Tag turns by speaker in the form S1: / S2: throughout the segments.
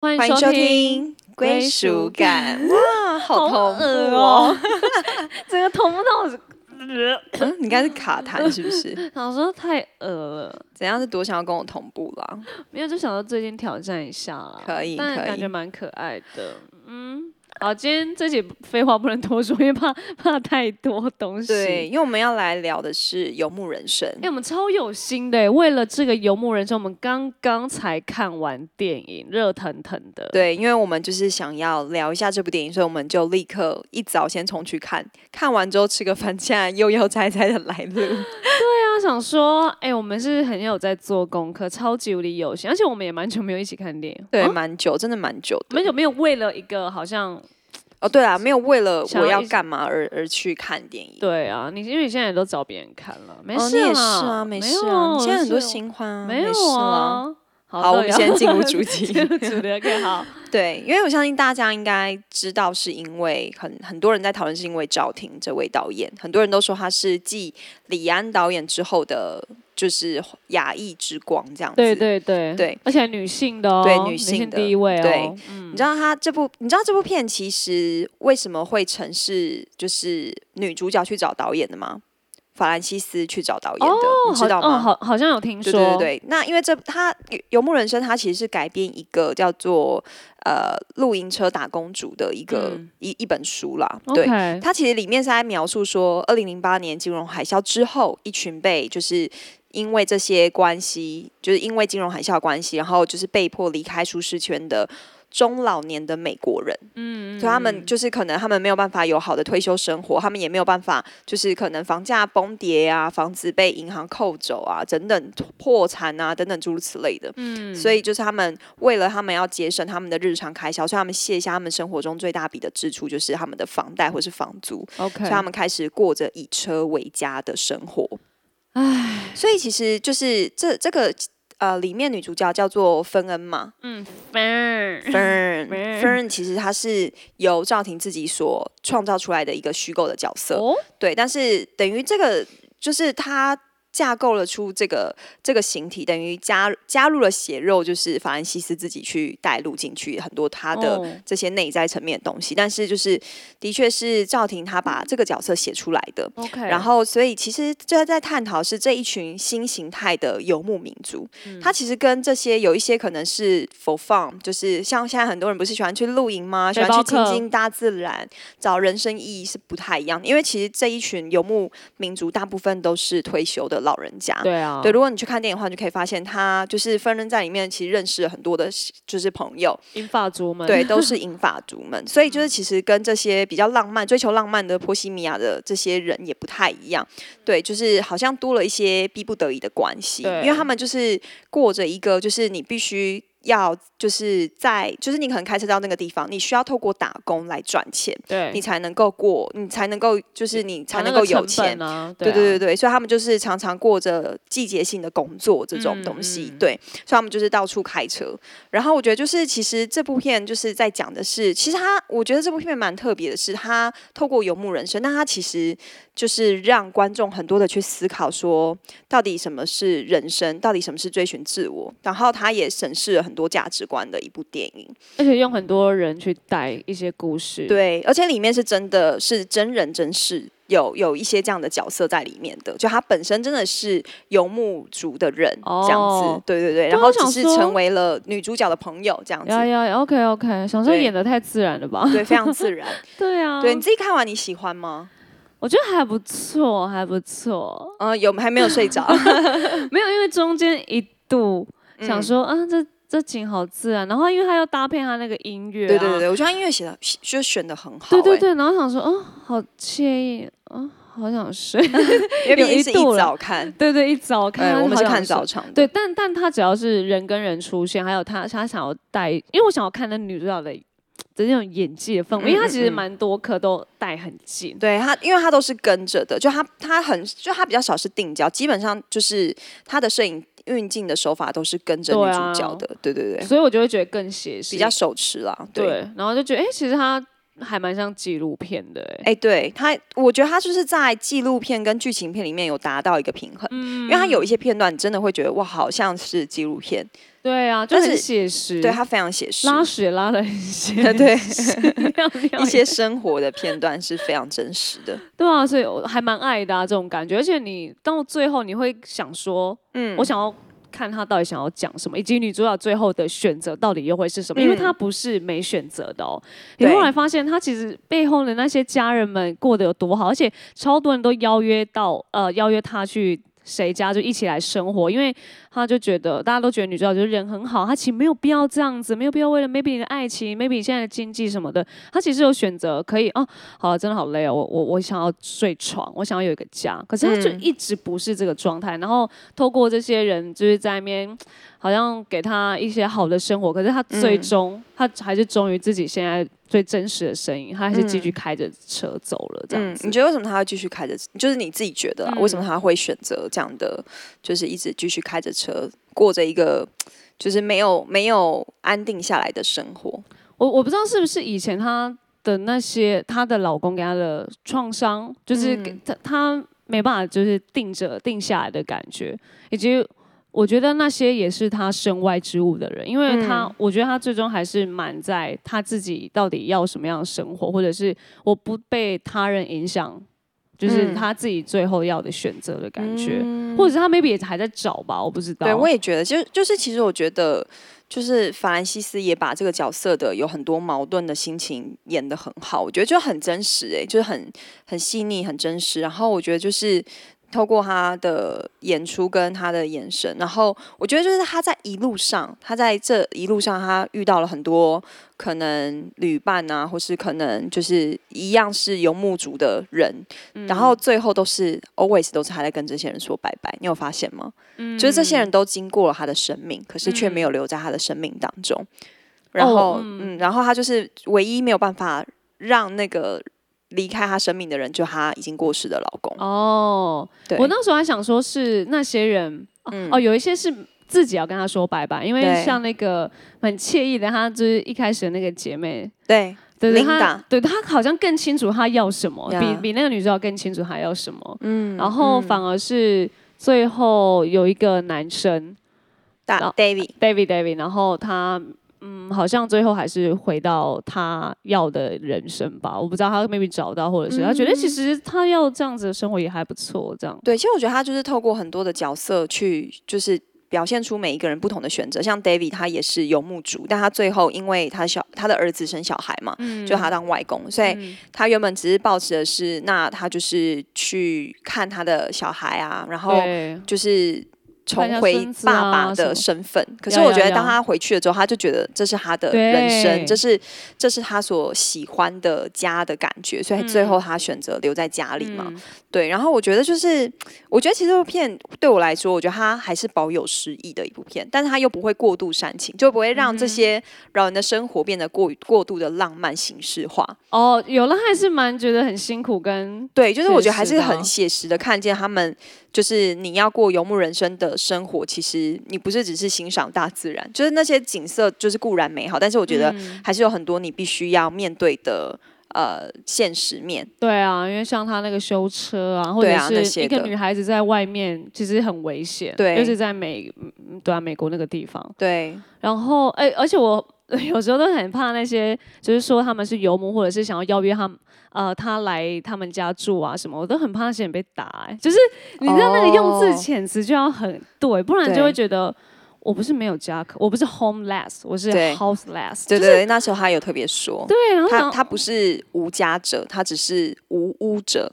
S1: 欢
S2: 欢迎收听《归属感》。 哇，好痛苦哦！！
S1: 整个痛不到我是，
S2: 嗯你应该是卡痰是 不是？
S1: 想说太恶了，
S2: 怎样是多想要跟我同步啦？
S1: 没有就想到最近挑战一下啦。
S2: 可以
S1: 但
S2: 可
S1: 感觉
S2: 以
S1: 蛮可爱的。嗯，好，今天这集废话不能多说，因为怕怕太多东西。
S2: 对，因为我们要来聊的是游牧人生。
S1: 哎、我们超有心的耶！欸为了这个《游牧人生》，我们刚刚才看完电影，热腾腾的。，
S2: 对，因为我们就是想要聊一下这部电影，所以我们就立刻一早先冲去看，看完之后吃个饭，现在悠悠哉哉的来 录。
S1: 大家想说，哎、我们是很有在做功课，超级无敌有心，而且我们也蛮久没有一起看电影。
S2: 对，
S1: 啊
S2: 蛮久，真的蛮久的。
S1: 我们有没有为了一个好像
S2: 哦，对啦，没有为了
S1: 想
S2: 我
S1: 要
S2: 要
S1: 一起
S2: 干嘛而而去看电影。
S1: 对啊？你因为你现在也都找别人看了，没
S2: 哦，
S1: 事
S2: 你
S1: 啦、
S2: 也是啊，没事啊，
S1: 有
S2: 你现在很多
S1: 是
S2: 新欢啊，
S1: 没有
S2: 事啦。
S1: 啊。好
S2: 好，我们先进入主题。
S1: 进入主题。OK，好，
S2: 对，因为我相信大家应该知道，是因为很很多人在讨论，是因为赵婷这位导演，很多人都说他是继李安导演之后的，就是亚裔之光这样子。
S1: 对对对
S2: 对
S1: 而且女性的哦，
S2: 对女
S1: 女
S2: 性的
S1: 第一位哦，
S2: 对
S1: 嗯，
S2: 你知道他这部，你知道这部片其实为什么会成是就是女主角去找导演的吗？法兰西斯去找导演的，你知道
S1: 哦，
S2: 吗？
S1: 好，好像有听说，
S2: 对对对，那因为这他《游牧人生》，它其实是改编一个叫做呃露营车打工族的一个、
S1: 嗯
S2: 一一本书啦。对，
S1: OK，
S2: 它其实里面是在描述说，二零零八年金融海啸之后，一群被就是因为这些关系，就是因为金融海啸的关系，然后就是被迫离开舒适圈的。中老年的美国人，
S1: 嗯，
S2: 所以他们就是可能他们没有办法有好的退休生活，他们也没有办法就是可能房价崩跌啊，房子被银行扣走啊，等等破产啊，等等诸如此类的。
S1: 嗯
S2: 所以就是他们为了他们要节省他们的日常开销，所以他们卸下他们生活中最大笔的支出，就是他们的房贷或是房租，
S1: OK，
S2: 所以他们开始过着以车为家的生活。唉，所以其实就是这这个呃，里面女主角叫做芬恩嘛，
S1: 嗯，fair，
S2: Fern
S1: Fern
S2: Fern 其实她是由赵婷自己所创造出来的一个虚构的角色，
S1: 哦，
S2: 对，但是等于这个就是她架构了出这个这个形体，等于加加入了血肉，就是法兰西斯自己去带入进去很多她的
S1: 哦
S2: 这些内在层面的东西，但是就是的确是赵婷她把这个角色写出来的。
S1: OK，
S2: 然后，所以其实就在探讨是这一群新形态的游牧民族，
S1: 嗯
S2: 它其实跟这些有一些可能是 for fun，就是像现在很多人不是喜欢去露营吗？喜
S1: 背
S2: 欢去
S1: 包
S2: 亲
S1: 客
S2: 近大自然，找人生意义是不太一样的。因为其实这一群游牧民族大部分都是退休的老人家。
S1: 对啊，
S2: 对，如果你去看电影的话，你就可以发现他就是芬恩在里面其实认识了很多的，就是朋友，
S1: 英法族们，
S2: 对，都是银发族们，所以就是其实跟这些比较浪漫、追求浪漫的波西米亚的这些人也不太一样，对，就是好像多了一些逼不得已的关系，因为
S1: 对
S2: 他们就是过着一个就是你必须。要就是在，就是你可能开车到那个地方，你需要透过打工来赚钱，
S1: 对，
S2: 你才能够过，你才能够就是你才
S1: 把那
S2: 能
S1: 个
S2: 够有
S1: 成本
S2: 钱，
S1: 啊，
S2: 对
S1: 对
S2: 对对
S1: 对，
S2: 对，所以他们就是常常过着季节性的工作这种
S1: 嗯
S2: 东西，
S1: 嗯
S2: 对，所以他们就是到处开车。然后我觉得就是其实这部片就是在讲的是，其实它我觉得这部片蛮特别的是，它透过游牧人生，那它其实就是让观众很多的去思考说，到底什么是人生，到底什么是追寻自我，然后它也审视了很多价值观的一部电影。
S1: 而且用很多人去带一些故事，，
S2: 对，而且里面是真的是真人真事，有有一些这样的角色在里面的，就他本身真的是游牧族的人、这样
S1: 哦
S2: 子，对对对，然
S1: 我
S2: 后只
S1: 想
S2: 是
S1: 说
S2: 成为了女主角的朋友这样
S1: 呀
S2: 子，
S1: 呀，OK OK，想说
S2: 对
S1: 演的太自然了吧？
S2: 对，非常自 然。
S1: 对啊，
S2: 对，你自己看完你喜欢吗？
S1: 我觉得还不错，还不错，
S2: 嗯、有还没有睡 着？
S1: 啊没有，因为中间一度想
S2: 嗯
S1: 说，啊，这这景好自然，然后因为他要搭配他那个音乐，
S2: 对对对，对，我觉得他音乐写的就选的很好、
S1: 对对
S2: 欸，
S1: 对，然后想说，哦，好惬意，啊，好想睡。 有
S2: 因为毕竟
S1: 一
S2: 是
S1: 度
S2: 一
S1: 了
S2: 早看，
S1: 对对，一早看，
S2: 呃，我们是
S1: 好想
S2: 看
S1: 睡
S2: 早场的，
S1: 对，但但他只要是人跟人出现，还有他他想要带，因为我想要看那女主角的的那种演技的氛围，因为他其实
S2: 嗯嗯嗯
S1: 蛮多颗都带很近。
S2: 对他，因为他都是跟着的，就他他很就他比较少是定焦，基本上就是他的摄影运镜的手法都是跟着
S1: 对
S2: 女
S1: 啊
S2: 主角的，对对对，
S1: 所以我就会觉得更写实，
S2: 比较手持啦，对
S1: 对，然后就觉得哎、诶其实他还蛮像纪录片的、欸，
S2: 哎、对他，我觉得他就是在纪录片跟剧情片里面有达到一个平衡，
S1: 嗯
S2: 因为他有一些片段，你真的会觉得哇，好像是纪录片，
S1: 对啊，就
S2: 但
S1: 很
S2: 是
S1: 写实，
S2: 对他非常写实，
S1: 拉屎拉的很写实，
S2: 对
S1: 尿尿也
S2: 一些生活的片段是非常真实的。
S1: 对啊，所以我还蛮爱的、啊、这种感觉，而且你到最后你会想说，嗯，我想要看他到底想要讲什么，以及女主角最后的选择到底又会是什么，因为
S2: 嗯
S1: 她不是没选择的哦。你
S2: 对
S1: 后来发现她其实背后的那些家人们过得有多好，而且超多人都邀约到呃邀约她去。谁家就一起来生活，因为她就觉得大家都觉得女主角就是人很好，她其实没有必要这样子，没有必要为了 maybe 你的爱情，maybe 你现在的经济什么的，她其实有选择可以哦，好了，真的好累哦，我我我想要睡床，我想要有一个家，可是他就
S2: 嗯
S1: 一直不是这个状态，然后透过这些人就是在那边，好像给他一些好的生活，可是他最
S2: 嗯
S1: 终、他还是忠于自己现在最真实的声音，他还是继续
S2: 嗯
S1: 开着车走了这样子。
S2: 你觉得为什么他会继续开着？就是你自己觉得啦，啊
S1: 嗯
S2: 为什么他会选择这样的，就是一直继续开着车，过着一个就是没有没有安定下来的生活？
S1: 我我不知道是不是以前她的那些她的老公给她的创伤，就是给
S2: 嗯
S1: 她她没办法就是定着定下来的感觉，以及我觉得那些也是她身外之物的人，因为她、
S2: 嗯
S1: 我觉得她最终还是满在她自己到底要什么样的生活，或者是我不被他人影响，就是
S2: 嗯
S1: 她自己最后要的选择的感觉，或者是她 maybe 也还在找吧，我不知道。
S2: 对，我也觉得，就就是其实我觉得，就是法兰西斯也把这个角色的有很多矛盾的心情演得很好，我觉得就很真实、欸，就是很很细腻、很真实。然后我觉得就是。透过他的演出跟他的眼神，然后我觉得就是他在一路上，他在这一路上，他遇到了很多可能旅伴啊，或是可能就是一样是游牧族的人，
S1: 嗯
S2: 然后最后都是 always 都是他在跟这些人说拜拜，你有发现吗？就是这些人都经过了他的生命，可是却没有留在他的生命当中。然后，
S1: 哦
S2: 嗯，然后他就是唯一没有办法让那个离开他生命的人，就他已经过世的老公。
S1: 哦，
S2: 对，
S1: 我那时候还想说是那些人，哦
S2: 嗯
S1: 哦，有一些是自己要跟他说拜拜，因为
S2: 对
S1: 像那个很惬意的，她就是一开始的那个姐妹，
S2: 对
S1: 对对，
S2: Linda
S1: 她对她好像更清楚她要什么，
S2: 呀
S1: 比比那个女主角更清楚她要什么，嗯，然后反而是最后有一个男生
S2: 嗯大
S1: 然后
S2: David，
S1: David David，然后他。嗯，好像最后还是回到他要的人生吧。我不知道他 maybe 找到，或者是他
S2: 嗯
S1: 觉得其实他要这样子的生活也还不错，这样。
S2: 对，其实我觉得他就是透过很多的角色去，就是表现出每一个人不同的选择。像 David，他也是游牧族，但他最后因为他小他的儿子生小孩嘛，就他当外公，所以他原本只是抱持的是，那他就是去看他的小孩啊，然后
S1: 对，
S2: 就是。
S1: 看一下
S2: 重回
S1: 孙子
S2: 爸
S1: 啊
S2: 爸
S1: 什么
S2: 的身份，可是
S1: 呀啊
S2: 我
S1: 呀
S2: 觉得
S1: 呀
S2: 当他回去了之后，他就觉得这是他的人生，
S1: 对
S2: 这是这是他所喜欢的家的感觉，所以最后他选择留在家里嘛。
S1: 嗯
S2: 对，然后我觉得就是，我觉得其实这部片对我来说，我觉得它还是保有诗意的一部片，但是它又不会过度煽情，就不会让
S1: 嗯
S2: 这些老人的生活变得过于过度的浪漫形式化。
S1: 哦，有了还是蛮觉得很辛苦跟，
S2: 对，就是我觉得还
S1: 确
S2: 是
S1: 实啊
S2: 很写实的，看见他们就是你要过游牧人生的生活，其实你不是只是欣赏大自然，就是那些景色就是固然美好，但是我觉得
S1: 嗯
S2: 还是有很多你必须要面对的呃现实面。
S1: 对啊，因为像他那个修车啊，或
S2: 对
S1: 者
S2: 啊那
S1: 是
S2: 些
S1: 一个
S2: 的
S1: 女孩子在外面其实很危险，
S2: 对
S1: 尤其在美，嗯对啊，美国那个地方。
S2: 对，
S1: 然后，哎、而且我 有时候都很怕那些，就是说他们是游牧，或者是想要邀约他们，呃，他来他们家住啊什么，我都很怕那些人被打、哎，就是你知道那个用字
S2: 哦
S1: 遣词就要很对，不然就会
S2: 对
S1: 觉得我不是没有家可，我不是 homeless，我是
S2: 对
S1: houseless，
S2: 对
S1: 就
S2: 对
S1: 是
S2: 对，那时候他有特别说，
S1: 对，然后
S2: 他
S1: 想
S2: 他不是无家者，他只是无屋者。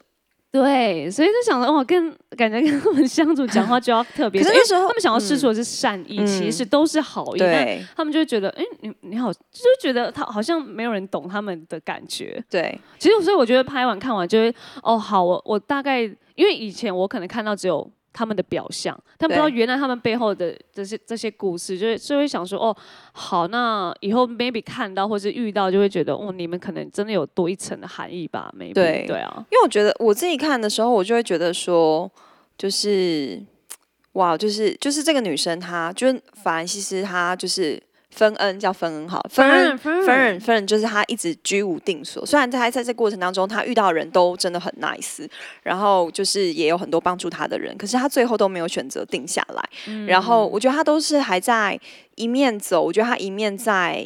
S1: 对，所以就想着，哇，跟感觉跟他们相处讲话就要特别
S2: 可
S1: 小，
S2: 是
S1: 因为
S2: 那时候
S1: 他们想要试出的是善意，
S2: 嗯
S1: 其实都是好意，但
S2: 对
S1: 他们就会觉得，哎、你你好，就是觉得他好像没有人懂他们的感觉。
S2: 对，
S1: 其实，所以我觉得拍完看完就会，哦，好，我我大概因为以前我可能看到只有他们的表象，但不知道
S2: 对
S1: 原来他们背后的这些这些故事，就是就会想说，哦，好，那以后 maybe 看到或是遇到，就会觉得，哦，你们可能真的有多一层的含义吧，maybe
S2: 对
S1: 对啊，
S2: 因为我觉得我自己看的时候，我就会觉得说，就是哇，就是就是这个女生她就是法兰西斯，她就是芬恩叫芬恩好，
S1: 分
S2: 芬恩
S1: 分
S2: 芬人，芬人就是他一直居无定所。虽然在他在这过程当中，他遇到的人都真的很 nice，然后就是也有很多帮助他的人，可是他最后都没有选择定下来。
S1: 嗯
S2: 然后我觉得他都是还在一面走，我觉得他一面在，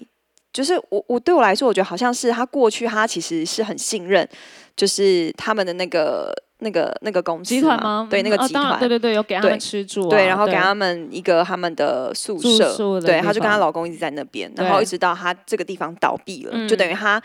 S2: 就是我我对我来说，我觉得好像是他过去他其实是很信任，就是他们的那个那个那个公司
S1: 集团
S2: 嘛
S1: 吗？
S2: 对，那个
S1: 嗯哦
S2: 集
S1: 当然
S2: 团。
S1: 对对对，有给他们
S2: 对
S1: 吃住啊，
S2: 对，然后给他们一个他们的宿
S1: 住
S2: 舍，
S1: 宿的
S2: 对，
S1: 地
S2: 她就跟她
S1: 方
S2: 老公一直在那边，
S1: 对
S2: 然后一直到她这个地方倒闭了，
S1: 嗯
S2: 就等于她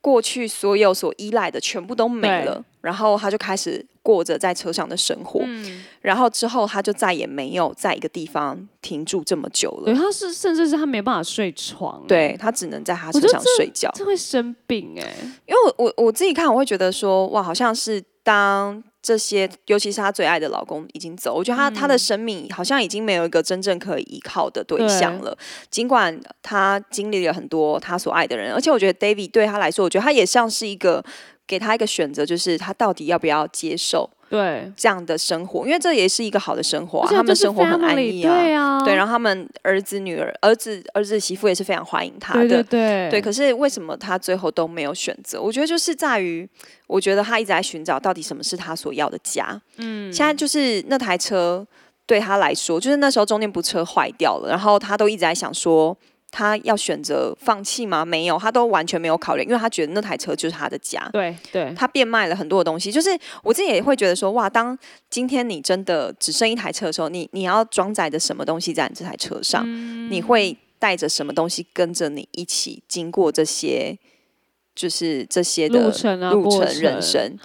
S2: 过去所有所依赖的全部都没
S1: 对
S2: 了，然后她就开始过着在车上的生活，
S1: 嗯，
S2: 然后之后她就再也没有在一个地方停住这么久
S1: 对，
S2: 了，
S1: 他是甚至是他没办法睡床，
S2: 对，她只能在她
S1: 我
S2: 车
S1: 觉得
S2: 上睡觉，
S1: 这会生病哎，
S2: 因为我我我自己看，我会觉得说，哇，好像是当这些，尤其是她最爱的老公已经走，我觉得她
S1: 嗯
S2: 她、的生命好像已经没有一个真正可以依靠的对象了。尽管她经历了很多她所爱的人，而且我觉得 David 对她来说，我觉得他也像是一个给她一个选择，就是她到底要不要接受
S1: 对，
S2: 这样的生活，因为这也是一个好的生活、
S1: 而
S2: 啊，
S1: 且
S2: 他们
S1: 就是
S2: 生活很安
S1: family，
S2: 逸啊。
S1: 对啊，
S2: 对，
S1: 后
S2: 然后他们儿子、女儿、儿子、儿子媳妇也是非常欢迎她的。
S1: 对对对
S2: 对，可是为什么他最后都没有选择？我觉得就是在于，我觉得他一直在寻找到底什么是他所要的家。嗯，现在就是那台车对他来说，就是那时候中间部车坏掉了，然后他都一直在想说。他要选择放弃吗？没有，他都完全没有考虑，因为他觉得那台车就是他的家。
S1: 对对，
S2: 他变卖了很多的东西，就是我自己也会觉得说，哇，当今天你真的只剩一台车的时候，你你要装载着什么东西在你这台车上？你
S1: 嗯
S2: 会带着什么东西跟着你一起经过这些，就是这些的
S1: 路程啊，
S2: 路
S1: 过
S2: 程人，生，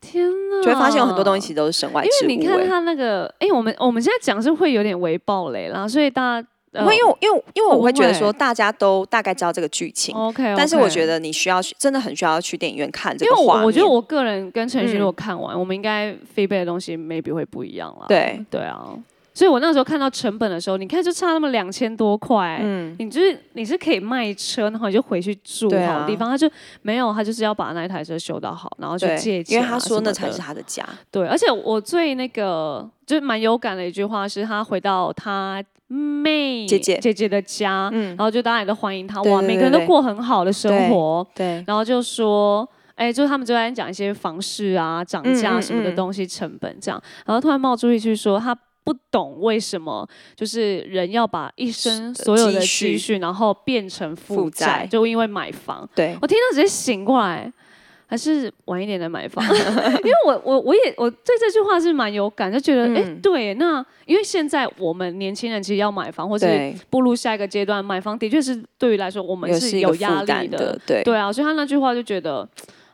S1: 天哪，
S2: 就会发现有很多东西。其实都是身外之
S1: 因
S2: 物、
S1: 为你看
S2: 欸
S1: 他那个，哎、我们我们现在讲是会有点微暴雷啦，所以大家呃
S2: 不会，因为我因为因为
S1: 哦
S2: 我会觉得
S1: 不会哦
S2: 说，大家都大概知道这个剧情，
S1: OK，, o k
S2: 但是我觉得你需要去真的很需要去电影院看这
S1: 因
S2: 个
S1: 为
S2: 画面。
S1: 我我觉得我个人跟陈奕迅
S2: 嗯
S1: 如果看完，我们应该 feedback 的东西 maybe 会不一样啦。
S2: 对
S1: 对啊，所以我那时候看到成本的时候，你看就差那么两千多块、
S2: 嗯，
S1: 你就是你是可以卖车，然后你就回去住
S2: 对啊
S1: 好地方，他就没有，他就是要把那一台车修到好，然后去
S2: 对
S1: 借，钱、
S2: 因
S1: 啊、
S2: 为他说那
S1: 什么
S2: 才
S1: 的
S2: 是他的家。
S1: 对，而且我最那个就是蛮有感的一句话是，他回到他妹
S2: 姐姐
S1: 姐姐的家，
S2: 嗯
S1: 然后就大家也都欢迎他，
S2: 对
S1: 哇，
S2: 对
S1: 每个
S2: 对
S1: 人都
S2: 对
S1: 过很好的生活，
S2: 对，
S1: 然后就说。哎，就是他们就在讲一些房市啊、涨
S2: 嗯
S1: 价
S2: 嗯
S1: 什么的
S2: 嗯
S1: 东西、成本这样，然后突然冒出一句说他不懂为什么就是人要把一生所有的
S2: 积蓄
S1: 积蓄，然后变成负
S2: 负
S1: 债
S2: 债，
S1: 就因为买房。
S2: 对，
S1: 我听到直接醒过来，还是晚一点再买 房，因为我我我也我对这句话是蛮有感，就觉得哎、
S2: 嗯
S1: 诶对，那因为现在我们年轻人其实要买房，或是
S2: 对，
S1: 步入下一个阶段买房，的确是对于来说我们
S2: 也
S1: 是
S2: 一个
S1: 有
S2: 负
S1: 压力
S2: 担
S1: 的，，
S2: 对，
S1: 对啊，所以他那句话就觉得。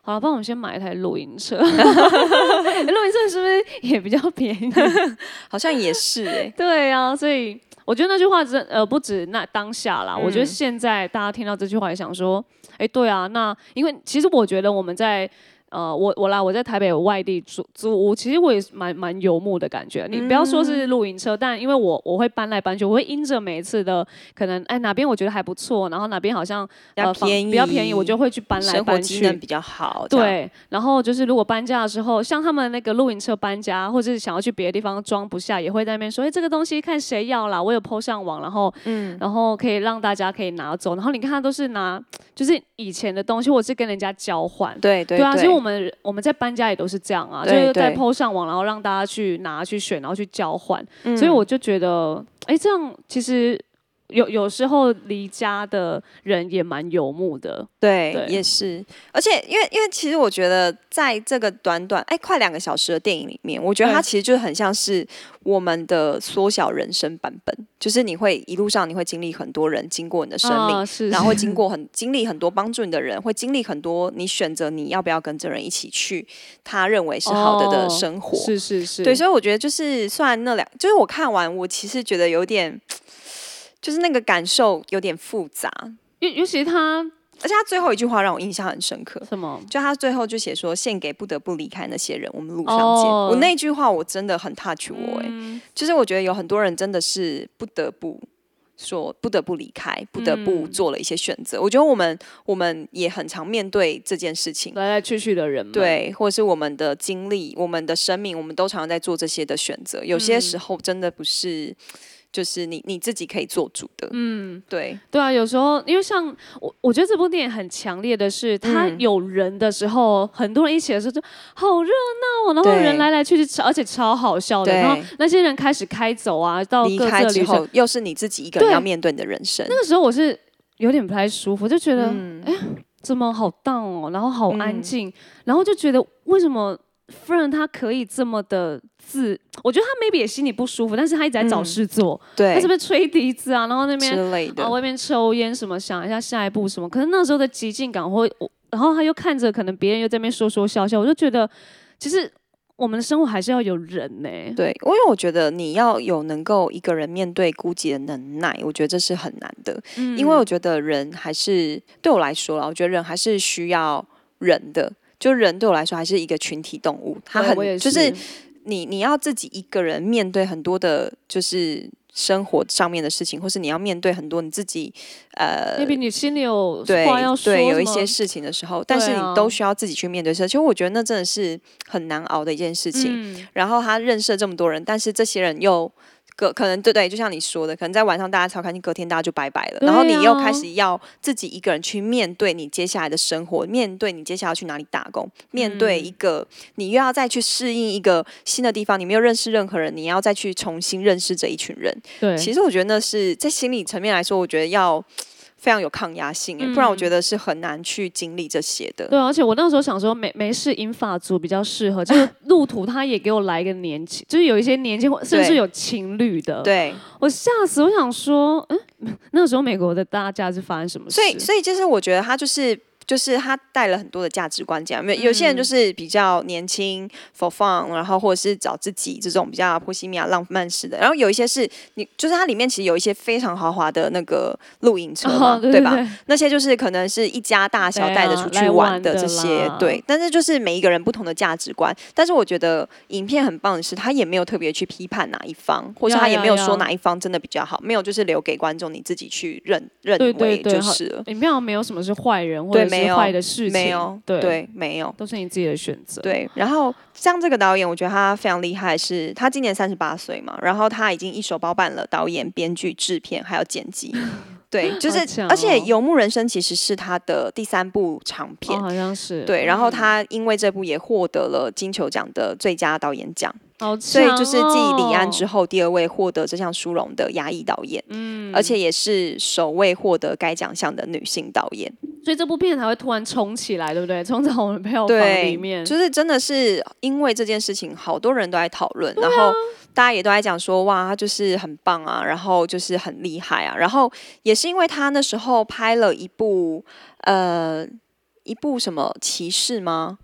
S1: 好了，帮我们先买一台露营 车， 露营车是不是也比较便宜？
S2: 好像也是哎、
S1: 对啊，所以我觉得那句话真呃不止那当下啦，
S2: 嗯
S1: 我觉得现在大家听到这句话也想说，哎、对啊，那因为其实我觉得我们在。呃，我我啦，我在台北外地租租屋，其实我也是蛮蛮游牧的感觉。你
S2: 嗯
S1: 不要说是露营车，但因为我我会搬来搬去，我会因着每一次的可能，哎哪边我觉得还不错，然后哪边好像
S2: 比较
S1: 呃房
S2: 便宜
S1: 比较便宜，我就会去搬来
S2: 生活
S1: 搬
S2: 机
S1: 去。
S2: 能比较好。这样，
S1: 对，然后就是如果搬家的时候，像他们那个露营车搬家，或者是想要去别的地方装不下，也会在那边说：“哎、这个东西看谁要啦，我有 PO 上网，然后，嗯，然后可以让大家可以拿走。”然后你看，他都是拿就是以前的东西，或者是跟人家交换。
S2: 对对
S1: 啊，所以我们我们在搬家也都是这样啊，就
S2: 对
S1: 是在
S2: 对
S1: PO 上网，然后让大家去拿、去选，然后去交换。
S2: 嗯
S1: 所以我就觉得，哎、这样其实有有时候离家的人也蛮游牧的。
S2: 对
S1: 对
S2: 也是，而且因为因为其实我觉得在这个短短哎快两个小时的电影里面，我觉得它
S1: 对
S2: 其实就很像是我们的缩小人生版本，就是你会一路上你会经历很多人经过你的生命。
S1: 啊、是，
S2: 然后会经过很经历很多帮助你的人，会经历很多你选择你要不要跟这人一起去他认为是好的的
S1: 哦
S2: 生活。
S1: 是是是，
S2: 对，所以我觉得就是，虽然那两，就是我看完，我其实觉得有点，就是那个感受有点复杂，
S1: 尤尤其他
S2: 而且他最后一句话让我印象很深刻，
S1: 什么，
S2: 就他最后就写说献给不得不离开那些人，我们路上见。
S1: 哦
S2: 我那句话我真的很 touch 我、欸，
S1: 嗯，
S2: 就是我觉得有很多人真的是不得不。说不得不离开，不得不
S1: 嗯
S2: 做了一些选择。我觉得我们我们也很常面对这件事情，
S1: 来来去去的人们，
S2: 对，或者是我们的
S1: 嗯
S2: 经历、我们的生命，我们都常常在做这些的选择。有些时候真的不是就是你你自己可以做主的。嗯，对，
S1: 对啊，有时候因为像我，我觉得这部电影很强烈的是，它
S2: 嗯
S1: 有人的时候，很多人一起的时候就好热闹哦，然后
S2: 对
S1: 人来来去去超，而且超好笑的。
S2: 对
S1: 然后那些人开始开走啊，到
S2: 离
S1: 各自
S2: 开
S1: 的
S2: 之
S1: 旅程。
S2: 后又是你自己一个人
S1: 对
S2: 要面对你的人生。
S1: 那个时候我是有点不太舒服，就觉得、
S2: 嗯，
S1: 怎么好荡哦，然后好安
S2: 嗯
S1: 静，然后就觉得为什么 Fern 他可以这么的自，我觉得他 maybe 也心里不舒服，但是他一直在找
S2: 嗯
S1: 事做，他
S2: 对
S1: 是不，是吹笛子啊，然后那边
S2: 之类
S1: 啊，
S2: 的，
S1: 外面抽烟什么，想一下下一步什么。可是那时候的极尽感会，我然后他又看着可能别人又在那边说说笑笑，我就觉得其实我们的生活还是要有人呢、
S2: 对，因为我觉得你要有能够一个人面对孤寂的能耐，我觉得这是很难的。
S1: 嗯
S2: 因为我觉得人还是对我来说啦，我觉得人还是需要人的，就人对我来说还是一个群体动物，他
S1: 我我也
S2: 很就是是你你要自己一个人面对很多的，就是生活上面的事情，或是你要面对很多你自己呃
S1: maybe 你心里有
S2: 对
S1: 话要说，
S2: 对有一些
S1: 什么
S2: 事情的时候，但
S1: 对
S2: 是你
S1: 啊
S2: 都需要自己去面对。其实我觉得那真的是很难熬的一件事情。
S1: 嗯
S2: 然后他认识了这么多人，但是这些人又可可能对对，就像你说的，可能在晚上大家超开心，隔天大家就拜拜了。
S1: 对啊
S2: 然后你又开始要自己一个人去面对你接下来的生活，面对你接下来要去哪里打工，面对一个、你又要再去适应一个新的地方，你没有认识任何人，你要再去重新认识这一群人。
S1: 对，
S2: 其实我觉得那是在心理层面来说，我觉得要。非常有抗压性耶，
S1: 嗯
S2: 不然我觉得是很难去经历这些的。
S1: 对，而且我那时候想说没没事，银发族比较适合，就是路途他也给我来一个年轻，就是有一些年轻或甚至
S2: 对
S1: 有情侣的，
S2: 对，
S1: 我吓死，我想说，嗯，那时候美国的大家是发生什么事？
S2: 所以，所以就是我觉得他就是就是他带了很多的价值观进来。有有
S1: 嗯
S2: 些人就是比较年轻、for fun，然后或者是找自己这种比较波西米亚浪漫式的。然后有一些是你就是它里面其实有一些非常豪华的那个露营车嘛，
S1: 哦对
S2: 吧？
S1: 对
S2: 那些就是可能是一家大小
S1: 对啊
S2: 带着出去
S1: 来
S2: 玩
S1: 玩
S2: 的
S1: 的
S2: 这些，
S1: 啦
S2: 对。但是就是每一个人不同的价值观，但是我觉得影片很棒的是，他也没有特别去批判哪一方，或者
S1: 呀
S2: 他也
S1: 呀
S2: 没有
S1: 呀
S2: 说哪一方真的比较好，没有就是留给观众你自己去认认
S1: 对对
S2: 为
S1: 对
S2: 就
S1: 好
S2: 是了。
S1: 里面好像没有什么是坏人或
S2: 对
S1: 者
S2: 没
S1: 是
S2: 有
S1: 坏的事情，
S2: 没有，
S1: 对，
S2: 没有，
S1: 都是你自己的选择。，哦
S2: 对。然后像这个导演，我觉得他非常厉害是，他今年三十八岁嘛，然后他已经一手包办了导演、编剧、制片还有剪辑。对，就是
S1: 好，强
S2: 而且
S1: 哦
S2: 《游牧人生》其实是他的第三部长片
S1: 哦，，好像是
S2: 对。然后他因为这部也获得了金球奖的最佳导演奖，
S1: 好、哦，
S2: 所以就是继李安之
S1: 后，
S2: 后第二位获得这项殊荣的亚裔导演，嗯，而且也是首位获得该奖项的女性导演。
S1: 所以这部片才会突然冲起来，对不对？冲到我们票房
S2: 对，
S1: 里面，
S2: 就是真的是因为这件事情，好多人都在讨论，然
S1: 啊
S2: 后大家也都在讲说，哇，他就是很棒啊，然后就是很厉害啊，然后也是因为他那时候拍了一部呃一部什么骑士吗？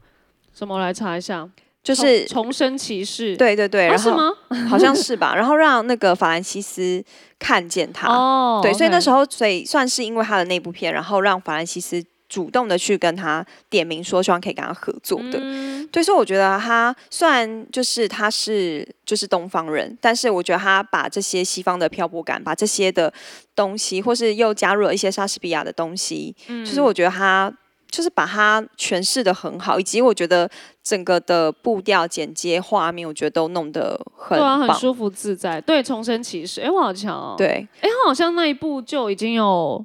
S1: 什么我来查一下，
S2: 就是
S1: 重重生骑士，
S2: 对对对，
S1: 啊，
S2: 然
S1: 是
S2: 后
S1: 吗？
S2: 好像是吧，然后让那个法兰西斯看见他，
S1: 哦，
S2: 对，所以那时
S1: 候
S2: 候，所以算是因为他的那部片，然后让法兰西斯主动的去跟他点名说，希望可以跟他合作
S1: 嗯
S2: 的。对，所以我觉得他虽然就是他是就是东方人，但是我觉得他把这些西方的漂泊感，把这些的东西，或是又加入了一些莎士比亚的东西，
S1: 嗯
S2: 就是我觉得他。就是把它诠释的很好，以及我觉得整个的步调、剪接、画面，我觉得都弄得很
S1: 对啊，
S2: 棒。
S1: 很舒服自在。对，重生骑士，哎，我好强哦。，
S2: 对，
S1: 哎，他好像那一部就已经有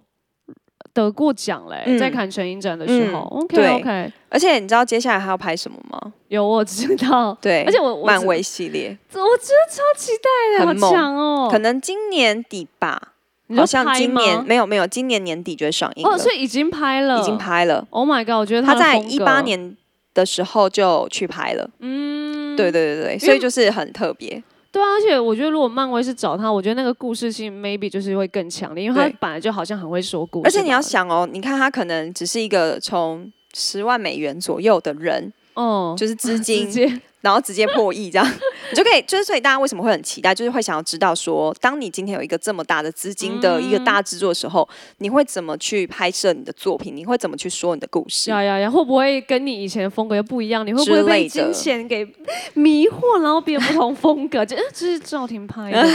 S1: 得过奖嘞、
S2: 嗯
S1: 在坎城影展的时候。
S2: 嗯
S1: OK
S2: 对
S1: OK，
S2: 而且你知道接下来他要拍什么吗？
S1: 有我知道。
S2: 对，
S1: 而且我我
S2: 漫
S1: 知
S2: 威系列，
S1: 我真的超期待的，
S2: 很
S1: 好
S2: 猛
S1: 强哦！
S2: 可能今年底吧，
S1: 你说
S2: 好像今
S1: 拍
S2: 年
S1: 吗
S2: 没有没有，今年年底就会上映了，
S1: 哦，所以已经拍了，
S2: 已经。拍了。
S1: Oh my god！我觉得
S2: 他
S1: 的
S2: 在
S1: 风格
S2: 一八，年的时候就去拍了，
S1: 嗯，
S2: 对对对对，所以就是很特别，
S1: 对啊，而且我觉得如果漫威是找他，我觉得那个故事性 maybe 就是会更强烈，因为
S2: 对
S1: 他本来就好像很会说故事嘛，
S2: 而且你要想哦，你看他可能只是一个从十万美元左右的人，
S1: 哦，
S2: 就是 资金
S1: 直，接
S2: 然后直接破亿这样， 你就可以，就是所以大家为什么会很期待，就是会想要知道说，当你今天有一个这么大的资金的一个大制作的时候，你会怎么去拍摄你的作品，你会怎么去说你的故事？
S1: 呀呀呀，会不会跟你以前的风格又不一样？你会不
S2: 之
S1: 会
S2: 类
S1: 被
S2: 的
S1: 金钱给迷惑，然后变不同风格？这 呃这是赵婷拍 的吗，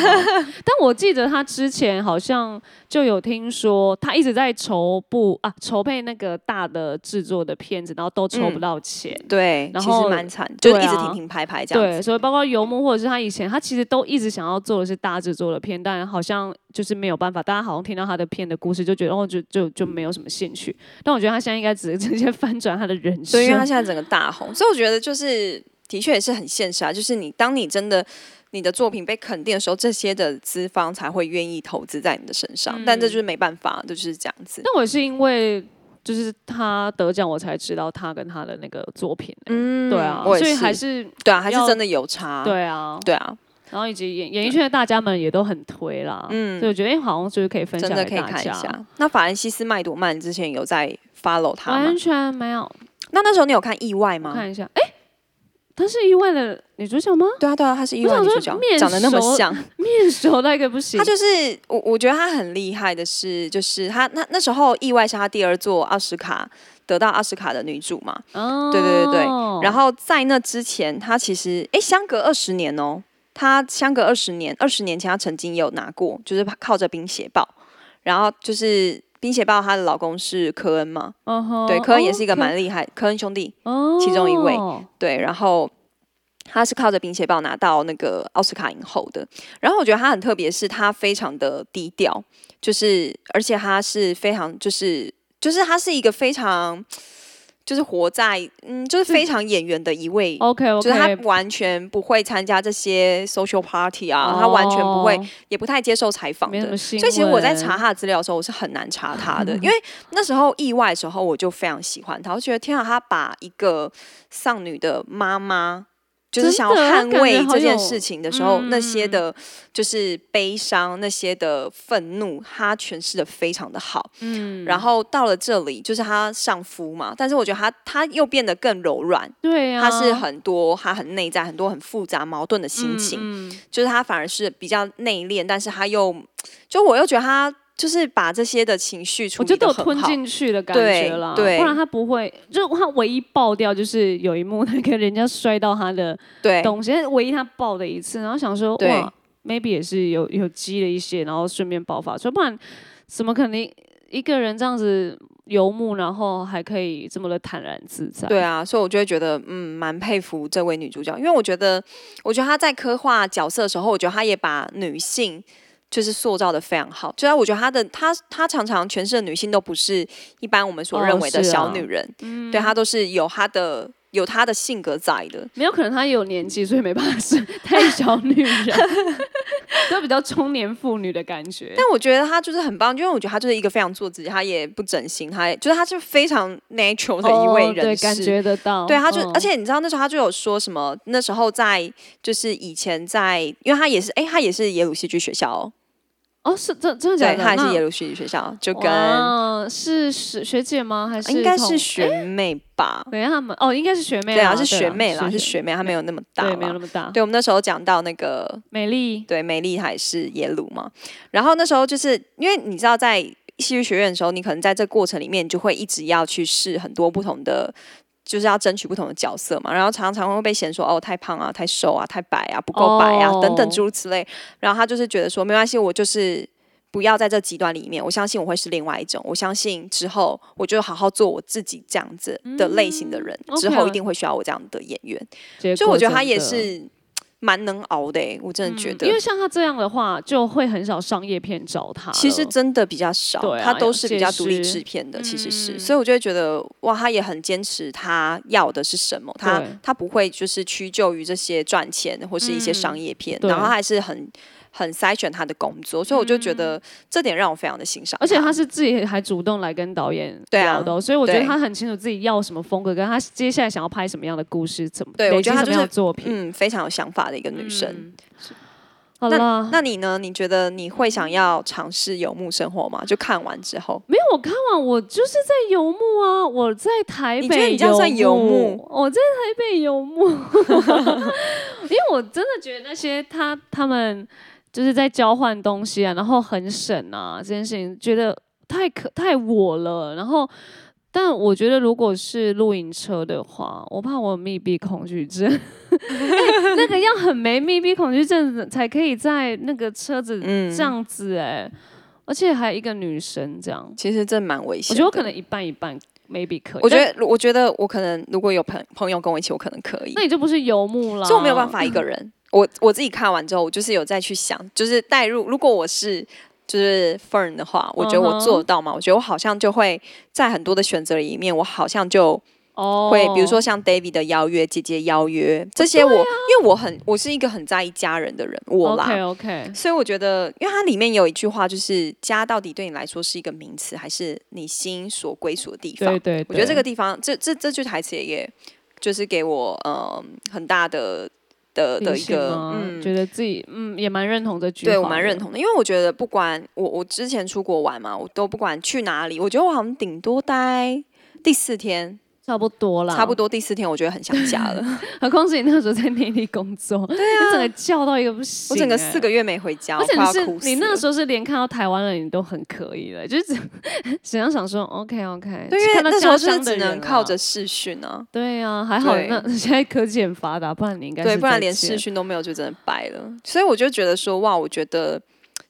S1: 但我记得他之前好像就有听说，他一直在筹部啊筹备那个大的制作的片子，然后都筹不
S2: 嗯
S1: 到钱。
S2: 对，
S1: 然
S2: 其实
S1: 后
S2: 蛮惨，就是
S1: 对
S2: 一直
S1: 啊
S2: 停停停拍拍这样子。
S1: 对，所以包括游牧或者是他以前，他其实都一直想要做的是大制作的片，但好像就是没有办法。大家好像听到他的片的故事，就觉得哦，就就就没有什么兴趣。但我觉得他现在应该只是直接翻转他的人生，
S2: 对，因为他现在整个大红，所以我觉得就是的确也是很现实啊，就是你当你真的你的作品被肯定的时候，这些的资方才会愿意投资在你的身上，但这就是没办法，就是这样子。
S1: 但我是因为就是他得奖，我才知道他跟他的那个作品、
S2: 嗯
S1: 对啊，
S2: 我
S1: 所以
S2: 也
S1: 还
S2: 是，
S1: 是
S2: 对啊，还是
S1: 要
S2: 真的有差，
S1: 对啊，
S2: 对啊，
S1: 然后以及演演艺圈的大家们也都很推啦，
S2: 嗯
S1: 所以我觉得哎、好像就是可以分享
S2: 真的
S1: 给
S2: 可以
S1: 大
S2: 看一
S1: 家
S2: 下。那法兰西斯麦朵曼之前有在 follow 他吗
S1: 完？全没有，
S2: 那那时候你有看意外
S1: 我
S2: 吗？
S1: 看一下，哎、她是意外的女主角吗？
S2: 对啊，对啊，他是意外
S1: 我想
S2: 女主
S1: 说
S2: 角
S1: 面，
S2: 长得那么
S1: 熟
S2: 像，
S1: 面熟到一个不行
S2: 他，就是我，我觉得他很厉害的是，就是他那那时候意外是他第二座奥斯卡得到奥斯卡的女主嘛，
S1: 哦
S2: 对对对对然
S1: 后
S2: 后在那之前，他其实诶，相隔二十年哦，他相隔二十年，二十年前他曾经也有拿过，就是靠着《冰血豹》，然后就是《冰血豹》她的老公是科恩嘛，
S1: 嗯哼
S2: 对，科恩也是一个
S1: 哦
S2: 蛮厉害，科恩兄弟
S1: 哦
S2: 其中一位对，然后。他是靠着《冰血豹》拿到那个奥斯卡影后的，然后我觉得他很特别，是他非常的低调，就是而且他是非常就是就是他是一个非常就是活在嗯就是非常演员的一位
S1: OK 哦 OK，
S2: 就是他完全不会参加这些 social party 啊，他完全不会，也不太接受采
S1: 哦
S2: 访
S1: 没什
S2: 的
S1: 么。新
S2: 所以其实我在
S1: 闻嗯
S2: 查他的资料的时候，我是很难查他的，因为那时候意外的时候，我就非常喜欢他，我觉得天啊，他把一个丧女的妈妈。就是
S1: 真
S2: 想要
S1: 的他
S2: 捍
S1: 感
S2: 卫
S1: 觉好
S2: 这件
S1: 有
S2: 事情的时候，那些
S1: 嗯
S2: 的，就是悲伤，那些的愤怒，他诠释的非常的好。
S1: 嗯，
S2: 然后到了这里，就是他上夫嘛，但是我觉得他他又变得更柔软，
S1: 对呀、
S2: 他
S1: 啊，
S2: 是很多他很内在很多很复杂矛盾的心情，
S1: 嗯嗯
S2: 就是他反而是比较内敛，但是他又就我又觉得他就是把这些的情绪处
S1: 我觉
S2: 理
S1: 得
S2: 的
S1: 有
S2: 很
S1: 吞
S2: 好。
S1: 进去的感
S2: 对
S1: 觉啦，
S2: 对
S1: 不然他不会，就是他唯一爆掉就是有一幕那个人家摔到他的
S2: 对
S1: 东西，但是唯一他爆的一次，然后想说
S2: 对
S1: 哇，maybe 也是有有积了一些，然后顺便爆发出来，不然怎么可能一个人这样子游牧，然后还可以这么的坦然自在？
S2: 对啊，所以我就会觉得嗯蛮佩服这位女主角，因为我觉得我觉得她在刻画角色的时候，我觉得她也把女性。就是塑造的非常好，就是我觉得她的她她常常诠释的女性都不是一般我们所
S1: 哦
S2: 认为的
S1: 是啊
S2: 小女人，对她都是有她的有她的性格在的，
S1: 没有可能他也有年纪，所以没办法是太小女 人，都比较中年妇女的感觉。
S2: 但我觉得他就是很棒，因为我觉得他就是一个非常做自己，他也不整形，他也就是他是非常 natural 的一位
S1: 哦
S2: 人
S1: 对，
S2: 士。
S1: 感觉得到。
S2: 对，他就、
S1: 嗯
S2: 而且你知道那时候他就有说什么？那时候在就是以前在，因为他也是哎，他也是耶鲁戏剧学校、哦，
S1: 哦，是真真的假
S2: 对，
S1: 的？
S2: 他也是
S1: 那
S2: 耶鲁戏剧学校，就跟
S1: 哇是学学姐吗？还是
S2: 应该
S1: 同
S2: 是？学妹吧？
S1: 等一下他们哦，应该是学妹
S2: 对啊，
S1: 啦，
S2: 是学妹啦，
S1: 啦，
S2: 是学妹，她没有那么大
S1: 对，没有
S2: 啦
S1: 那。么大。
S2: 对，我们那时候讲到那个
S1: 美丽，
S2: 对，美丽还是耶鲁嘛。然后那时候就是因为你知道，在戏剧学院的时候，你可能在这过程里面，你就会一直要去试很多不同的，就是要争取不同的角色嘛。然后常常会被嫌说哦，太胖啊，太瘦啊，太白啊，不够白啊，等等
S1: 哦
S2: 诸如此类。然后他就是觉得说，没关系，我就是。不要在这极端里面，我相信我会是另外一种。我相信之后，我就好好做我自己这样子的类型的人，
S1: 嗯
S2: 之后一
S1: ，OK
S2: 定会需要我这样的演员。
S1: 结
S2: 所以
S1: 果
S2: 我觉得他
S1: 真
S2: 也
S1: 的
S2: 是蛮能熬的、欸，我真的觉
S1: 嗯
S2: 得。
S1: 因为像他这样的话，就会很少商业片找他了。
S2: 其实真的比较少，
S1: 对啊
S2: 他都是比较
S1: 有些
S2: 独立
S1: 是
S2: 制片的，其实是，
S1: 嗯
S2: 所以我就会觉得哇，他也很坚持他要的是什么，他
S1: 对
S2: 他不会就是屈就于这些赚钱或是一些商业片，
S1: 嗯对
S2: 然后他还是很很筛选他的工作，所以我就觉得这点让我非常的欣赏，
S1: 嗯而且他是自己还主动来跟导演
S2: 对啊
S1: 聊的哦、所以我觉得
S2: 对
S1: 他很清楚自己要什么风格，跟他接下来想要拍什么样的故事，怎么
S2: 对我
S1: 累积
S2: 觉得他
S1: 什
S2: 就
S1: 么样
S2: 是
S1: 的作品。
S2: 嗯非常有想法的一个女生。
S1: 嗯好了，
S2: 那你呢？你觉得你会想要尝试游牧生活吗？就看完之后，
S1: 没有我看完，我就是在游牧啊，我在台
S2: 你觉得
S1: 北
S2: 你这样算游牧
S1: 我在台北游 牧，因为我真的觉得那些他他们就是在交换东西啊，然后很省啊，这件事情觉得太可太我了，然后。但我觉得，如果是露营车的话，我怕我有密闭恐惧 症、欸那个要很没密闭恐惧症才可以在那个车子
S2: 嗯
S1: 这样子哎、而且还一个女生这样，
S2: 其实这蛮危
S1: 我
S2: 险的。
S1: 觉得我可能一半一半 maybe 可以。
S2: 我觉
S1: 但
S2: 得，我觉得我可能如果有朋朋友跟我一起，我可能可以
S1: 那，你就不是游牧啦，
S2: 所以我没有办。法一个人。我我自己看完之后，我就是有再去想，就是带入，如果我是。就是 Fern 的话，我觉得我做得到吗我觉得我好像就会在很多的选择里面，我好像就
S1: 哦，
S2: 会，比如说像 David 的邀约、姐姐邀约这些我，因为我很我是一个很在意家人的人，我啦
S1: OK OK，
S2: 所以我觉得，因为它里面有一句话，就是家到底对你来说是一个名词，还是你心所归属的地方？
S1: 对对，
S2: 我觉得这个
S1: 对
S2: 地方，这这这句台词也也就是给我嗯、很大的的的
S1: 提
S2: 一
S1: 醒
S2: 个
S1: 吗
S2: 嗯。
S1: 觉得自己嗯也蛮认同这句话的，
S2: 对我蛮认同的，因为我觉得不管我我之前出国玩嘛，我都不管去哪里，我觉得我好像顶多待第四天，
S1: 差不多啦，
S2: 差不多第四天，我觉得很想家 了。
S1: 何况是你那个时候在内地工作，对啊，你整个叫到一个不行、
S2: 我整个四
S1: 个。
S2: 个月没回家，
S1: 而且你
S2: 我快要
S1: 是
S2: 哭死
S1: 你那
S2: 了
S1: 个时候是连看到台湾人你都很可以了，就是只只能想说 OK OK，
S2: 对，因为
S1: 看到
S2: 那时候
S1: 家
S2: 就是
S1: 乡的
S2: 只
S1: 人
S2: 能
S1: 啊
S2: 靠着视讯啊，
S1: 对啊，还好
S2: 对
S1: 那 现在科技很发达，不然你应该
S2: 对，
S1: 是
S2: 不然
S1: 再
S2: 连
S1: 见
S2: 视讯都没有，就真的掰了。所以我就觉得说，哇，我觉得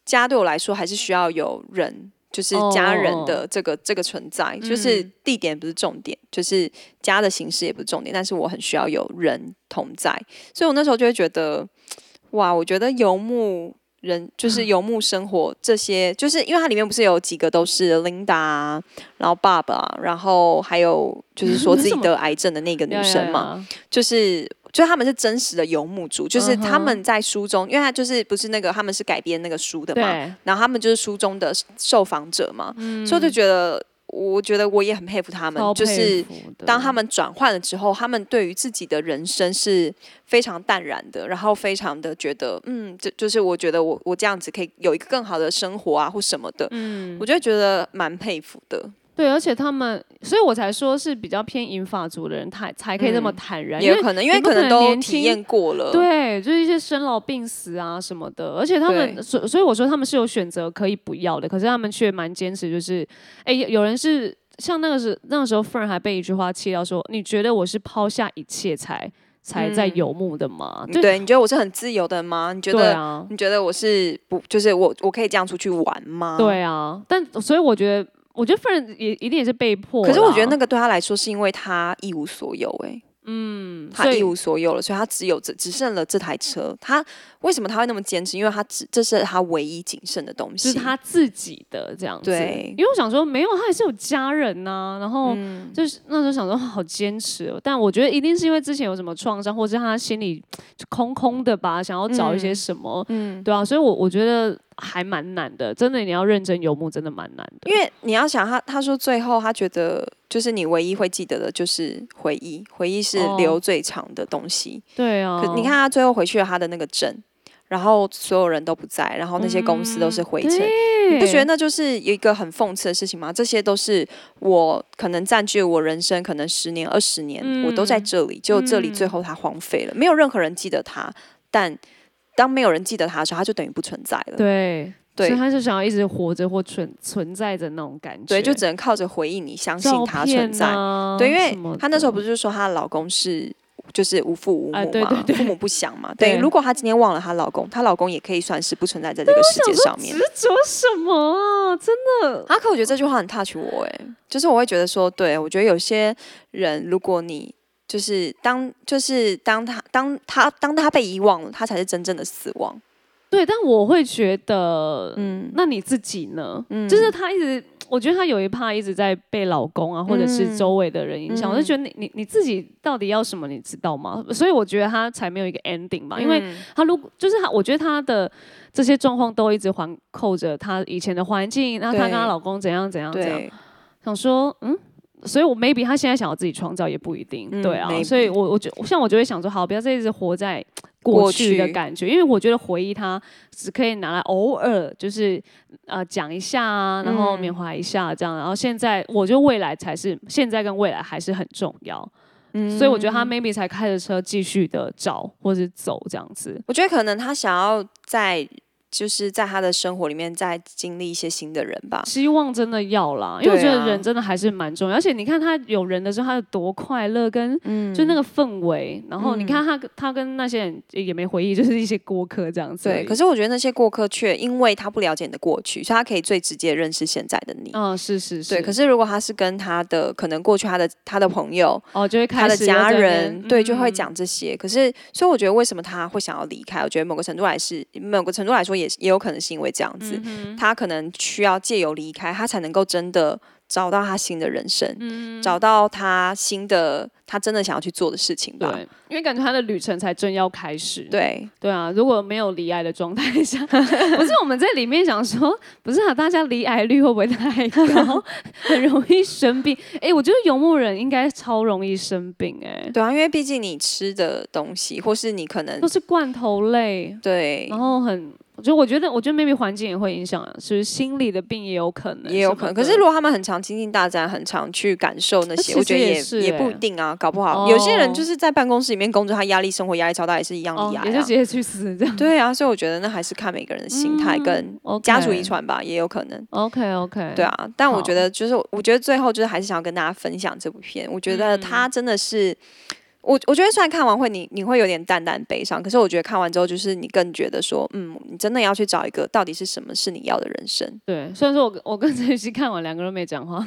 S2: 家对我来说还是需要有人，就是家人的这个、这个存在，就是
S1: 嗯
S2: 地点不是重点，就是家的形式也不是重点，但是我很需要有人同在，所以我那时候就会觉得，哇，我觉得游牧。人 就是游牧生活这些，就是因为它里面不是有几个都是 Linda，、啊、然后爸爸、啊，然后还有 就是说自己
S1: 什么
S2: 得癌症的那个女生嘛，，就是就是他们是真实的游牧族，就是
S1: 嗯哼
S2: 他们在书中，因为他就是不是那个他们是改编那个书的
S1: 对嗯
S2: 嘛，
S1: 啊
S2: 然后他们就是书中的受访者嘛，
S1: 对，
S2: 所以我就
S1: 觉
S2: 觉得，我觉得我也很佩服他们，就是当他们转换了之后，他们对于自己的人生是非常淡然的，然后非常的觉得，嗯，这就是我觉得我我这样子可以有一个更好的生活啊，或什么的，
S1: 嗯
S2: 我就会觉得蛮佩服的，
S1: 对，而且他们，所以我才说是比较偏银发族的人，才才可以这么坦然，因
S2: 嗯也
S1: 为
S2: 有可能因
S1: 你
S2: 为
S1: 不
S2: 可
S1: 可
S2: 能
S1: 能
S2: 都
S1: 年
S2: 体
S1: 轻
S2: 验过了，
S1: 对，就是一些生老病死啊什么的，而且他们，
S2: 对
S1: 所所以我说他们是有选择可以不要的，可是他们却蛮坚持，就是，哎、有有人是像那个时那个时候 f e r n 还被一句话气到说，你觉得我是抛下一切才才在
S2: 嗯
S1: 游牧的吗？就
S2: 对，你觉得我是很自由的吗？你觉
S1: 对
S2: 得、
S1: 啊，
S2: 你觉得我是不就是我我可以这样出去玩吗？。
S1: 对啊，但所以我觉得，我觉得 f e r n 也一定也是被迫啦，
S2: 可是我觉得那个对他来说，是因为他一无所有、欸，
S1: 嗯，
S2: 他
S1: 所以
S2: 一无所有了，所以他只有只只剩了这台车。他为什么他会那么坚持？因为他只这是他唯一仅剩的东
S1: 就
S2: 西。
S1: 是他自己的这样子。
S2: 对嗯
S1: 因为我想说，没有，他也是有家人呐、然后就是那时候想说，好坚持、哦。但我觉得一定是因为之前有什么创伤，或者是他心里就空空的吧，想要找一些
S2: 嗯
S1: 什么，
S2: 嗯，
S1: 对啊。所以我我觉得还蛮难的，真的，你要认真游牧，真的蛮难的。
S2: 因为你要想他，他说最后他觉得就是你唯一会记得的就是回忆，回忆是
S1: 哦
S2: 留最长的东西。
S1: 对啊，
S2: 可你看他最后回去了他的那个镇，然后所有人都不在，然后那些公司都是
S1: 嗯
S2: 灰尘。
S1: 对，
S2: 你不觉得那就是有一个很讽刺的事情吗？这些都是我可能占据我人生可能十年、二十年，
S1: 嗯
S2: 我都在这里，就这里最后它荒废了，没有任何人记得它。但当没有人记得它的时候，它就等于不存在了。
S1: 对。
S2: 对
S1: 所以他就想要一直活着或存存在着那种感觉，
S2: 对，就只能靠着回忆，你相信
S1: 照
S2: 它
S1: 片
S2: 存在。
S1: 啊
S2: 对，因为
S1: 什么
S2: 她那时候
S1: 的
S2: 不是说她的老公是。就是无父无母嘛，
S1: 哎对对对
S2: 父母不详嘛。对，
S1: 对
S2: 如果她今天忘了她老公，她老公也可以算是不存在在这个世界上面
S1: 执。着什么啊？真的，
S2: 啊，可我觉得这句话很 touch 我哎、就是我会觉得说，对我觉得有些人，如果你就是当就是当他当他当他被遗忘了，他才是真正的死亡。
S1: 对，但我会觉得，
S2: 嗯，
S1: 那你自己呢？
S2: 嗯
S1: 就是她一直，我觉得她有一趴一直在被老公啊，或者是周围的人影响，我
S2: 嗯
S1: 就觉得你你你自己到底要什么，你知道吗？所以我觉得她才没有一个 ending 啊吧，因为
S2: 嗯
S1: 她如果就是她，我觉得她的这些状况都一直环扣着她以前的环境，那她跟她
S2: 对
S1: 老公怎样怎样嗯怎样，
S2: 对，
S1: 想说，嗯，所以我 maybe 他现在想要自己创造也不一定，
S2: 嗯
S1: 对啊
S2: maybe
S1: 所以我我就像我就会想说，好，不要再一直活在
S2: 过
S1: 过
S2: 去
S1: 去的感觉，因为我觉得回忆它只可以拿来偶尔就是呃讲一下啊，然后
S2: 嗯
S1: 缅怀一下这样，然后现在我觉得未来才是现在跟未来还是很重要，
S2: 嗯
S1: 所以我觉得他 maybe 才开着车继续的找或是走这样子，
S2: 我觉得可能他想要在就是在他的生活里面再经历一些新的人吧。
S1: 希望真的要啦，因为我觉
S2: 对啊
S1: 得人真的还是蛮重要，而且你看他有人的时候，他有多快乐，跟
S2: 嗯，
S1: 就那个氛围。然后你看他跟，他跟那些人也没回忆，就是一些过客这样子而已。
S2: 对，可是我觉得那些过客却因为他不了解你的过去，所以他可以最直接认识现在的你。
S1: 嗯，是是是，
S2: 对，可是如果他是跟他的可能过去他的他的朋友、
S1: 哦，就会
S2: 他
S1: 开
S2: 的
S1: 始要
S2: 家
S1: 在那边
S2: 人，对，就会。
S1: 嗯
S2: 讲这些。可是，所以我觉得为什么他会想要离开？我觉得某个程度来是，某个程度来说也是也有可能是因为这样子，
S1: 嗯
S2: 他可能需要借由离开，他才能够真的找到他新的人生，
S1: 嗯
S2: 找到他新的他真的想要去做的事情吧。
S1: 对，因为感觉他的旅程才正要开始。
S2: 对，
S1: 对啊，如果没有离癌的状态下， 不是我们在里面想说，不是啊，大家离癌率会不会太 高，很容易生病？哎、我觉得游牧人应该超容易生病、哎，
S2: 对啊，因为毕竟你吃的东西，或是你可能
S1: 都是罐头类，
S2: 对
S1: 然后很，就我觉得，我觉得 maybe 环境也会影响啊，就是心理的病也有可能，
S2: 也有可能。可是如果他们很常亲近大自然，很常去感受那
S1: 那
S2: 些，
S1: 其
S2: 我
S1: 实
S2: 觉得
S1: 也
S2: 也
S1: 是
S2: 不一
S1: 欸
S2: 定啊，搞不好、有些人
S1: 哦
S2: 就是在办公室里面工作，他压力、生活压力超大，也是一样
S1: 哦
S2: 的压，
S1: 也
S2: 力、
S1: 就直接去死这样。
S2: 对啊，所以我觉得那还是看每个人的心态
S1: 嗯
S2: 跟
S1: OK
S2: 家族遗传吧，也有可能。
S1: OK OK，
S2: 对，啊，但我
S1: 好
S2: 觉得就是，我觉得最后就是还是想要跟大家分享这部片。我觉得
S1: 嗯
S2: 它真的是，我我觉得虽然看完会你你会有点淡淡悲伤，可是我觉得看完之后，就是你更觉得说，嗯，你真的要去找一个到底是什么是你要的人生。
S1: 对。虽然说我跟我跟陈雨希看完，两个人没讲话，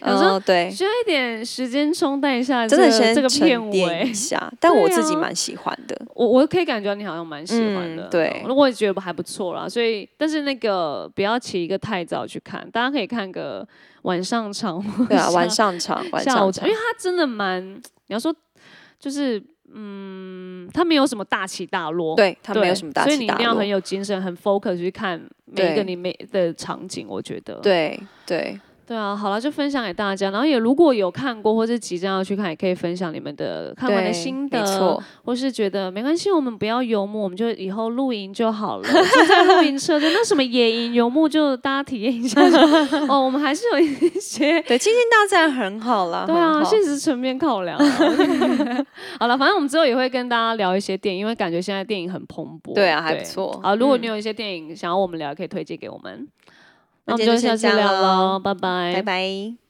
S1: 想说
S2: 嗯，对，
S1: 需要一点时间冲淡一下这
S2: 真
S1: 个
S2: 的先
S1: 这个片
S2: 沉淀
S1: 尾
S2: 一。下，但我自己
S1: 对啊
S2: 蛮喜欢的。
S1: 我我可以感觉到你好像蛮喜欢的，
S2: 嗯对
S1: 嗯我也觉得还不错啦。所以，但是那个不要起一个太早去看，大家可以看个晚上场或
S2: 对啊，
S1: 下
S2: 晚上场，晚
S1: 下午
S2: 上
S1: 场
S2: 场
S1: 因为，它真的蛮，你要说就是嗯，它没有什么大起大落，
S2: 对
S1: 对，
S2: 他没有什么大
S1: 所以
S2: 起
S1: 你一
S2: 大
S1: 定要
S2: 落
S1: 很。有精神，很 focus 去看每一个
S2: 对
S1: 你每的场景，我觉得，
S2: 对对，
S1: 对啊，好了，就分享给大家。然后也如果有看过或是即将要去看，也可以分享你们的看完的
S2: 对
S1: 心
S2: 没
S1: 得，
S2: 错，
S1: 或是觉得没关系，我们不要游牧，我们就以后露营就好了，就在露营车，就那什么野营游牧，就大家体验一下。 哦，我们还是有一些。
S2: 对，亲近大自然很好啦。
S1: 对
S2: 很
S1: 啊，
S2: 好
S1: 现实层面考量啊。 好了，反正我们之后也会跟大家聊一些电影，因为感觉现在电影很蓬勃。
S2: 对啊还不错嗯
S1: 好，如果你有一些电影想要我们聊，可以推荐给我们。那
S2: 那
S1: 我们
S2: 今天
S1: 就
S2: 就
S1: 下
S2: 先
S1: 次
S2: 这样
S1: 聊
S2: 咯
S1: 喽，拜拜
S2: 拜拜。